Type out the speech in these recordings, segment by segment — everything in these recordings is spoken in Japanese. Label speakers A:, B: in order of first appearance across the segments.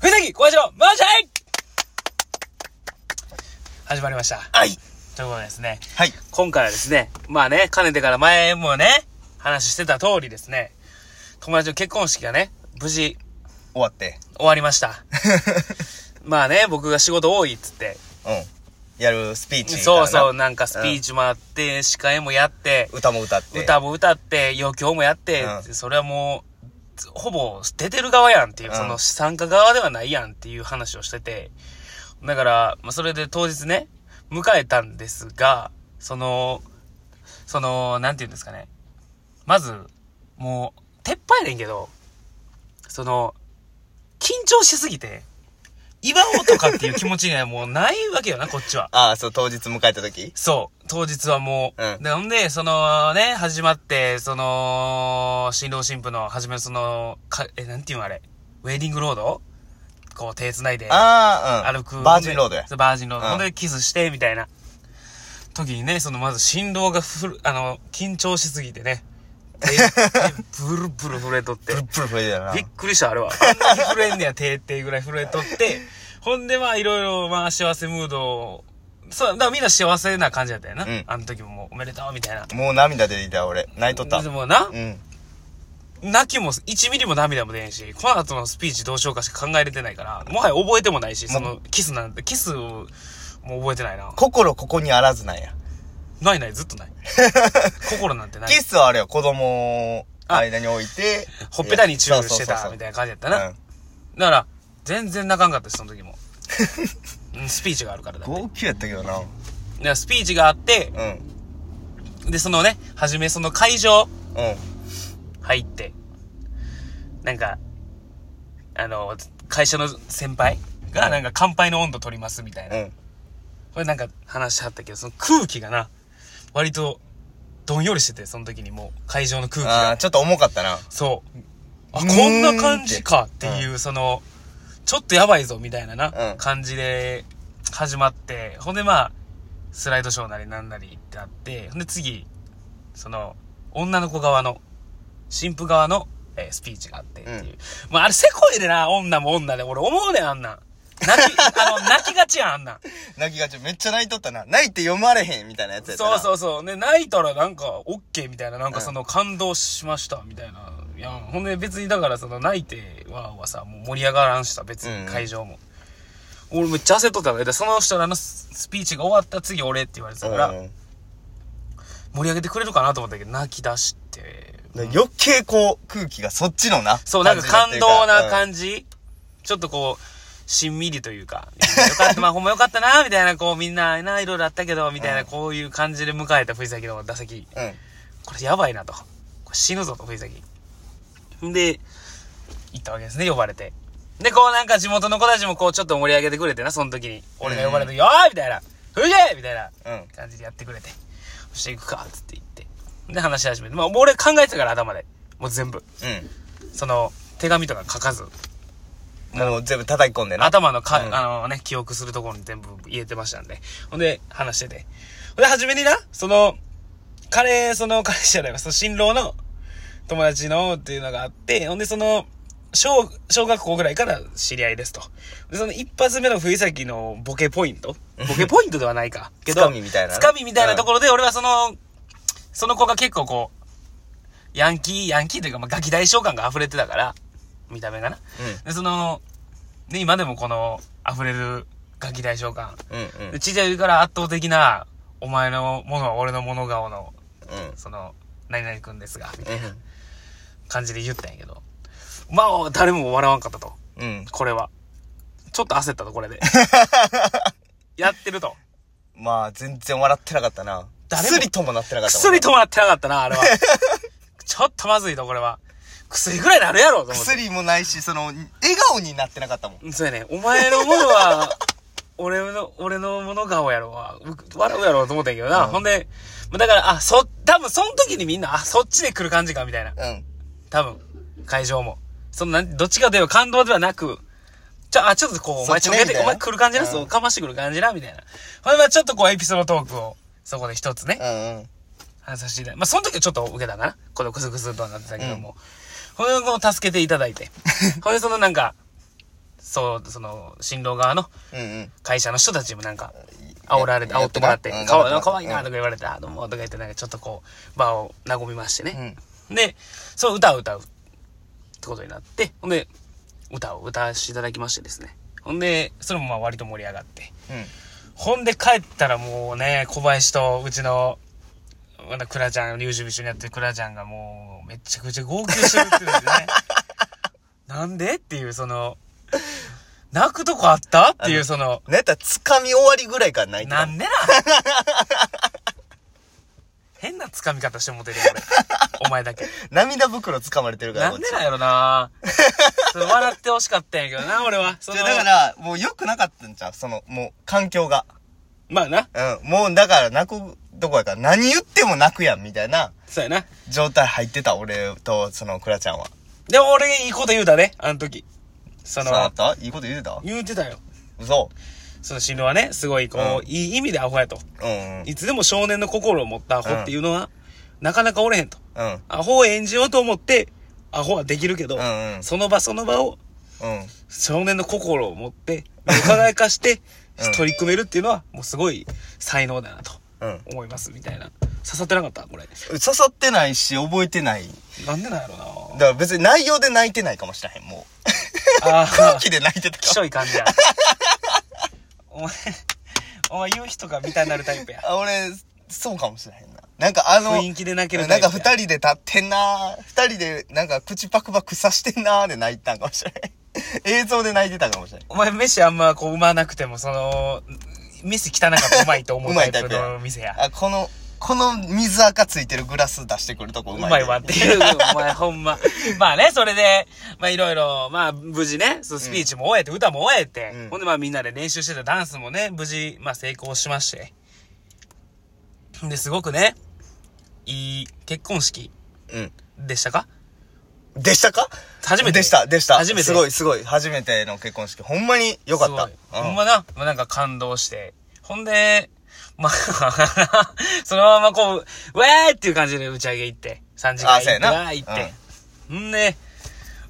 A: 藤崎小林のマージャイ始まりました。
B: はい。
A: ということでですね、
B: はい。
A: 今回はですね、まあね、かねてから前もね、話してた通りですね、友達の結婚式がね、無事
B: 終わって。
A: 終わりま した。まあね、僕が仕事多いっつって、
B: うん。やるスピーチから
A: そ
B: な
A: うそう、なんかスピーチもあって、司会もやって、
B: 歌も歌って。
A: 歌も歌って、余興もやって、
B: うん
A: それはもう、ほぼ出てる側やんっていう、
B: うん
A: その参加側ではないやんっていう話をしてて、だから、まあ、それで当日ね、迎えたんですが、その、その、なんて言うんですかね。まず、もう、撤廃やねんけど、その、緊張しすぎて、祝おうとかっていう気持ちがもうないわけよな、こっちは。
B: ああ、そう、当日迎えた時
A: そう。当日はもう。
B: うん
A: でほんで、そのね、始まって、その、新郎新婦の、始めるその、か、え、なんていうのあれ、ウェディングロードこう手繋いで
B: ああ、うん。
A: 歩く。
B: バージンロードや。
A: そうバージンロード。
B: うん
A: ほんで、キスして、みたいな。時にね、その、まず新郎がふる、あの、緊張しすぎてね。 手手ブルブル震えとって
B: プ。ルプル震えてたな
A: びっ。くりした、あれは。あんなに震えんねや、てーてーぐらい震えと って。ほんで、まあ、いろいろ、まあ、幸せムードを、そう、だからみんな幸せな感じだったよな。
B: うん
A: あの時ももう、おめでとう、みたいな。
B: もう涙出てきた、俺。泣いとった。
A: で
B: う
A: もな、
B: ん。
A: 泣きも、1ミリも涙も出んし、この後のスピーチどうしようかしか考えれてないから、もはや覚えてもないし、その、キスなんて、キスを、もう覚えてないな。
B: 心ここにあらずな んや。
A: ないない、ずっとない。心なんてない
B: キ。スはあれよ、子供を間に置いて。
A: ほっぺたにチューして
B: そ
A: た、
B: うそうそうそう
A: みたいな感じやったな。
B: うん
A: だから、全然泣かんかったし、その時 も。うんスピーチがあるからだって。
B: 号泣やったけどな。
A: だからスピーチがあって、
B: うん。うん。
A: で、そのね、はじめその会場入って、なんか、あの、会社の先輩がなんか乾杯の温度取りますみたいうな。
B: ん。
A: これなんか話しはったけど、その空気がな、割とどんよりしてて、その時にもう会場の空気
B: ああ、
A: が。
B: ちょっと重かったな。
A: そう。あ、こ
B: うん
A: んな感じかっていう、その、ちょっとやばいぞみたいなな、
B: うん
A: 感じで始まって、ほんでまあ、スライドショーなりなんなりってあって、ほんで次、その、女の子側の、新婦側の、えースピーチがあってっていう。まああれせこいでな、女も女で。俺思うねん、あんなん。泣 き、あの、泣きがちやん、あんなん。
B: 泣きがち。めっちゃ泣いとったな。泣いて読まれへんみたいなやつやった
A: そ
B: な。。
A: うそううそう。ね、泣いたらなんか、オッケーみたいな、なんかその、感動しました、みたいな。いやん、ほんで別にだからその、泣いては、はさ、もう盛り上がらんした、別
B: う
A: に
B: ん
A: 会場も。俺めっちゃ焦っとったから、でその人らのススピーチが終わった次俺って言われてたから、
B: うん
A: 盛り上げてくれるかなと思ったけど、泣き出して。
B: だから余計こう、空気がそっちのな。
A: そう、なんか感動な
B: じ。
A: 感じ、ちょっとこう、しんみりというか、よ かった、まあほんまよかったな、みたいな、こうみんな、な、いろいろあったけど、みたいな、
B: うん
A: こういう感じで迎えた藤崎の打席。
B: うん。うん
A: これやばいなと。これ死ぬぞと、藤崎。んで、行ったわけですね、呼ばれて。で、こうなんか地元の子たちもこうちょっと盛り上げてくれてな、その時に。俺が呼ばれて、よーいみたいな。藤井みたいな
B: うん。
A: 感じでやってくれて。そして行くか、つって言って。で、話し始めて。まあ、もう俺考えてたから、頭で。もう全部。その、手紙とか書かず。
B: うん。もう全部叩き込んでな。
A: 頭のか、
B: うん
A: あのね、記憶するところに全部入れてましたんで。ほんで、話してて。ほんで、初めにな、その、彼、その、彼氏じゃないわ、その新郎の友達のっていうのがあって、ほんで、その、小、小学校ぐらいから知り合いですと。で、その一発目の冬崎のボケポイントボケポイントではない か。けど、
B: つかみみたいなね
A: つかみみたいなところで、俺はその、その子が結構こう、ヤンキー、ヤンキーというか、まあ、ガキ大将感が溢れてたから、見た目がな。
B: う
A: で、その、ね、今でもこの、溢れるガキ大将感。
B: ん。うんうん。
A: でちっちゃい時から圧倒的な、お前のものは俺のもの顔の、
B: うん。
A: その、何々くんですが、みたい
B: うん
A: な感じで言ったんやけど。まあ、誰も笑わんかったと。
B: うん。
A: これは。ちょっと焦ったと、こ れで。やってると。
B: まあ、全然笑ってなかったな。
A: 誰も
B: 薬ともなってなかったもんな。
A: 薬止まってなかったな、あれは。 ちょっとまずいと、これは。薬ぐらいなるやろ、と思って。
B: 薬もないし、その、笑顔になってなかったもん。
A: そうやね。お前のものは、 俺の、俺のもの顔やろは、う笑うやろと思ったんやけどな。
B: うん
A: ほんで、まあだから、あ、そ、多分その時にみんな、あ、そっちで来る感じか、みたいな。
B: うん。
A: 多分、会場も。その、なんどっちかといえば感動ではなく、ちょ、あ、ちょっとこう、お前ち
B: そ
A: ょ
B: っちね
A: けて、
B: みたい
A: お
B: な
A: 前来る感じな、
B: うん
A: そう、かましてくる感じな、みたいな。ほんで、まあちょっとこう、エピソードトークを、そこで一つね、
B: うんうん。
A: 話させていただいて。まあ、その時はちょっと受けたかな。このクス クスとはなってたけども。ほんで、こう、助けていただいて。ほんで、そのなんか、そう、その、新郎側の
B: うんうん。
A: 会社の人たちもなんか、煽られて、
B: や
A: 煽ってもらって、
B: や
A: か
B: もら
A: わ
B: っ
A: かわいいなと
B: う
A: か
B: ん
A: 言われて、あ、どうもとか言って、なんかちょっとこう、場を和みまして
B: う
A: ね。
B: ん。
A: で、その歌を歌うってことになって、ほんで、歌を歌わせていただきましてですね。ほんで、それもまあ割と盛り上がって。
B: うん。
A: ほんで帰ったらもうね、小林とうちの、まだクラちゃん、リュウジュ一緒にやってるクラちゃんがもう、めちゃくちゃ号泣してるっていうね。 なんでっていう、その、泣くとこあったっていう、その、
B: なんやったら掴み終わりぐらいから泣いて
A: な
B: た。
A: んでな変な掴み方してもてるよ、俺。お前だけ。
B: 涙袋掴まれてるから、
A: なんでなんやろなそれ笑ってほしかったんやけどな、俺は。そ
B: こっ
A: の
B: ちじゃあだか、ら、もう良くなかったんちゃうその、もう、環境が。
A: まあな、
B: うん。もう、だから、泣くどこやから、何言っても泣くやん、みたいな
A: そうやな。
B: 状態入ってた、俺と、その、クラちゃんは。
A: でも俺、いいこと言うたね、あの時。そ
B: そう
A: の、
B: だったいいこと言うてた
A: 言うてたよ。
B: 嘘
A: その新郎はね、すごいこう、
B: うん
A: いい意味でアホやと。
B: うんうん。
A: いつでも少年の心を持ったアホっていうのは、なかなかおれへんと。
B: うん。
A: アホを演じようと思って、アホはできるけど、
B: うんうん
A: その場その場を
B: うん。
A: 少年の心を持って、輝かして
B: うん、
A: 取り組めるっていうのは、もうすごい才能だなと
B: うん。
A: 思います、みたいな。刺さってなかったこれ。
B: 刺さってないし、覚えてない。
A: なんでなんやろ
B: だ
A: う
B: から別に内容で泣いてないかもしれへん、も う。
A: なあ
B: 空
A: あ、
B: 気で泣いてた
A: きし
B: か
A: ょい感じや。お前、お前言う人がみたいになるタイプや。
B: ら。あ俺、そうかもしれへんな。なんかあの、
A: 雰囲気で泣けるタ
B: な
A: イ
B: ん
A: プや。
B: か二人で立ってんなー二人でなんか口パクパクさしてんなーで泣いたんかもしれない 映像で泣いてたかもしれない
A: お前飯あんまこううまなくても、その、飯汚かったらうまいと思う
B: うま
A: タ
B: い
A: イ
B: タイ
A: プ
B: プや
A: の店や。
B: あこのこの水垢ついてるグラス出してくるとこ
A: う
B: うまい,、
A: まいわっていう、お前ほんま。まあね、それで、まあいろいろ、まあ無事ね、そのスピーチも終えて、歌も終えて、
B: うん
A: ほんでまあみんなで練習してたダンスもね、無事、まあ成功しまして。で、すごくね、いい結婚式
B: う
A: でしたか
B: んでしたか
A: 初めて
B: でしたでした
A: 初めて
B: すごいすごい初めての結婚式ほんまによかった
A: すご
B: う
A: い
B: ん、
A: ほんまな、まあなんか感動して。ほんで、まあ、 そのままこう、ウェーっていう感じで打ち上げ行って、3時間行
B: あ
A: っ
B: そう
A: て、
B: やな
A: わー行って。ほんで、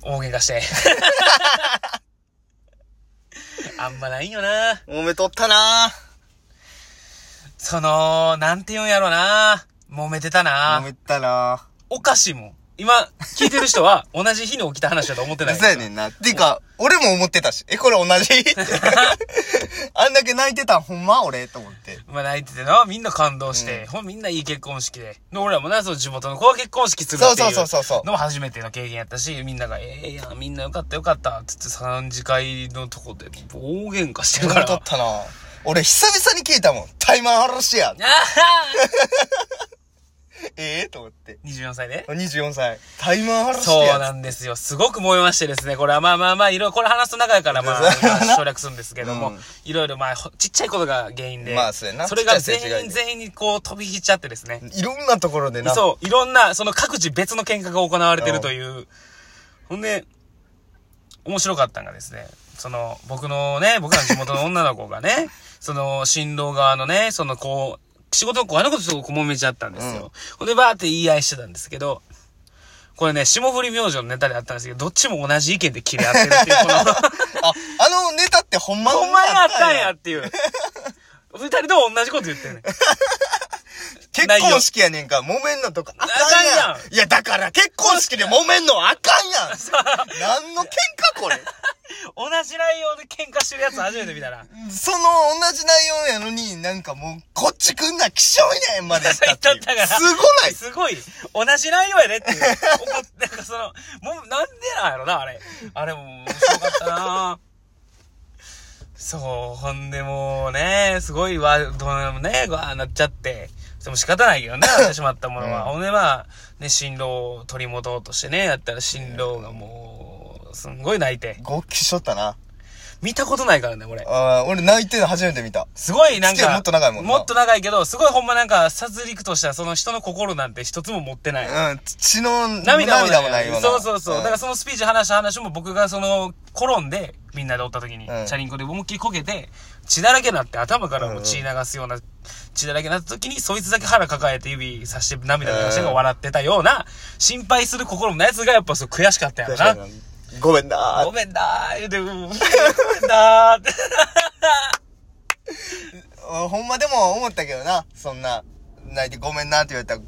A: 大喧嘩して。 あんまないよな。
B: 揉めとったな
A: その、なんて言うんやろな。揉めてた
B: ー揉
A: な。
B: めたな
A: おかしいもん。今、聞いてる人は、同じ日に起きた話だと思ってない。
B: ーそうやねんなていうか俺も思ってたしえこれ同 じあんだけ泣いてたんほんま俺と思って
A: まあ泣いててな、みんな感動して、ほんみんないい結婚式で。で、俺らもな、その地元の子が結婚式するってい
B: そうそうそうそうそう
A: のも初めての経験やったし、みんなが、ええやん、みんなよかったよかった、つって三次会のとこで大喧嘩してるか
B: 腹立
A: ら
B: っ。たな俺久々に聞いたもん。タイマンハラシや。
A: あは
B: ええと思って。
A: !24 歳で
B: 24歳。タイマンハラシ
A: そう
B: や。
A: なんですよ。すごく燃えましてですね。これはまあまあまあ、いろいろ、これ話すと長いからまあ、
B: そうやな
A: 省略するんですけども、
B: うん
A: いろいろまあ、ほちっちゃいことが原因で、
B: まあそうやな
A: それが
B: ちっちゃいせ
A: 全
B: い違い
A: 員
B: で
A: 全員にこう飛び火しちゃってですね。
B: いろんなところでな。
A: そう、いろんな、その各自別の喧嘩が行われてるという。ほんで、面白かったんがですね、その、僕のね、僕らの地元の女の子がね、 その、新郎側のね、そのこう、仕事の後輩のこととこもめちゃったんですよ。ほんで、バーって言い合いしてたんですけど、これね、霜降り明星のネタであったんですけど、どっちも同じ意見で切れ合ってるっていう、こ
B: あ、あのネタってほんま
A: の、ほんまにあったんやっ。ていう。二人とも同じこと言ってるねん。
B: 結婚式やねんから、揉めんのとかあかんやん。
A: あかんや
B: いや、だから結婚式で揉めんのはあかん やん。何の喧嘩これ。
A: 同じ内容で喧嘩してるやつ初めて見たら。
B: その同じ内容やのに、なんかもう、こっち来んな、きしょいねんまで言っ たっていう。
A: 言ったから
B: すごない
A: すごい、同じ内容やねっていう。 怒っなんかその、もう、なんでなんやろな、あれ。あれも面白かったなそう、ほんでもうね、すごいわ、どうもね、わーなっちゃって。でも仕方ないけどね、なってしまったものは。ほんでまあ、ね、新郎を取り戻とうとしてね、やったら新郎がもう、すんごい泣いて。
B: ごっきしとったな。
A: 見たことないからね、俺。
B: あー俺泣いてるの初めて見た。
A: すごいなん
B: 付き合い
A: か、
B: もっと長いもんな
A: もっと長いけど、すごいほんまなんか、殺戮としたその人の心なんて一つも持ってない。
B: うん、血の
A: 涙
B: 涙
A: も
B: も
A: ない
B: ないような。
A: そうそうそう、
B: ん
A: だからそのスピーチ話した話も僕がその転んでみんなでおった時に、
B: うん
A: チャリンコで思いっきりこけて血だらけになって頭からもう血流すような、血だらけになった時にそいつだけ腹抱えて指さして涙流して
B: うん
A: 笑ってたような心配する心もないやつがやっぱそう悔しかったやろ
B: 確か
A: な
B: にごめんな
A: ごめんなー、言うて、うんごめんなーって。
B: あほんまでも思ったけどな、そんな、泣いてごめんなって言われたら、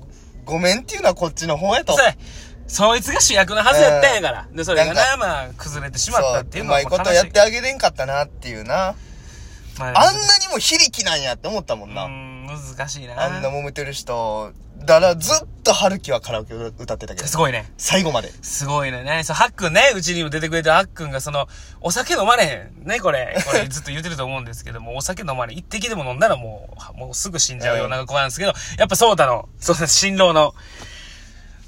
B: ごめんっていうのはこっちの方やと。
A: そうやそいつが主役のはずやったんやから。
B: うん
A: で、それが
B: な
A: な、
B: ん
A: まあ、崩れてしまったっていう
B: う
A: の
B: ま
A: は、
B: い
A: ま
B: こ
A: あ
B: とやってあげれんかったなっていうな。
A: 悲しい
B: あ
A: まあ
B: んなにも非力なんやって思ったもんな。
A: うん、難しいな。
B: あんな揉めてる人。だからずっと春樹はカラオケを歌ってたけど
A: す。ごいね。
B: 最後まで。
A: すごいね。ね、そう、ハックンね、うちにも出てくれたハックンが、その、お酒飲まれへん。ね、これ。こ れずっと言ってると思うんですけども、お酒飲まれ、一滴でも飲んだらもうは、もうすぐ死んじゃうような子なんですけど、やっぱそう太の、そうだ、新郎の、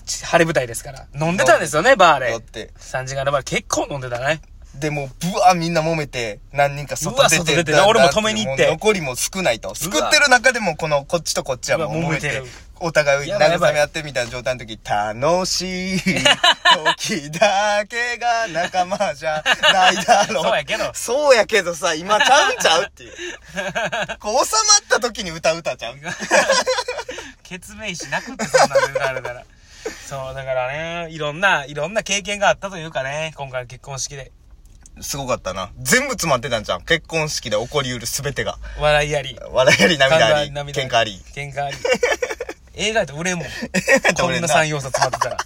A: ち晴れ舞台ですから。飲んでたんですよね、バー
B: だっ
A: で。
B: て。
A: 3時間のバー、結構飲んでたね。
B: で、もう、ブワーみんな揉めて、何人か
A: う
B: 外
A: わ
B: 出
A: 外
B: て
A: 出てね俺も止めに行って
B: もう残りも少ないと。救ってる中でも、この、こっちとこっちはもう
A: うわ揉
B: 揉め
A: めて
B: て
A: る、
B: お互い
A: やばいやば
B: 慰
A: い
B: め合ってみたいな状態の時、楽しい時だけが仲間じゃないだろ
A: そうやけど
B: そうやけどさ、今ちゃうんちゃうっていう。こう、収まった時に歌う歌ちゃう。
A: ケツメイシなくってそんなのがあるから。そう、だからね、いろんな、いろんな経験があったというかね、今回の結婚式で。
B: すごかったな。全部詰まってたんじゃん。結婚式で起こりうる全てが。
A: 笑いあり。
B: 笑いあり、涙あり、
A: 涙
B: 喧嘩あり。
A: 喧嘩あり。映画やと売れんもん。こ
B: 俺
A: んな
B: な
A: 3要素詰まってたら。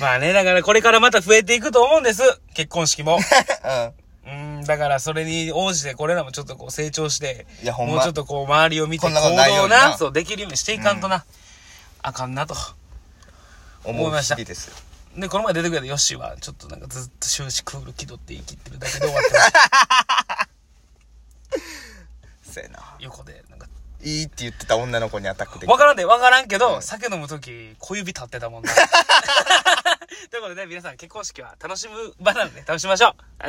A: まあね、だからこれからまた増えていくと思うんです。結婚式も。
B: うん。
A: うん、だからそれに応じてこれらもちょっとこう成長して、
B: いやほんま
A: もうちょっとこう周りを見て
B: こん
A: 行
B: なことないよう
A: 動
B: にな
A: な、そう、できるようにしていかんとな、あかんなと。思
B: 思う
A: い
B: 日
A: ました
B: 々ですよ。
A: で、この前出てくれたヨッシーは、ちょっとなんかずっと終始クール気取って生きてるだけで終わってました。
B: せやな。
A: 横で。なんか、
B: いいって言ってた女の子にアタックでき
A: わ
B: た。
A: からんで、わからんけど、酒飲むとき、小指立 ってたもんな。ということで、皆さん結婚式は楽しむ場なので、楽しみましょう。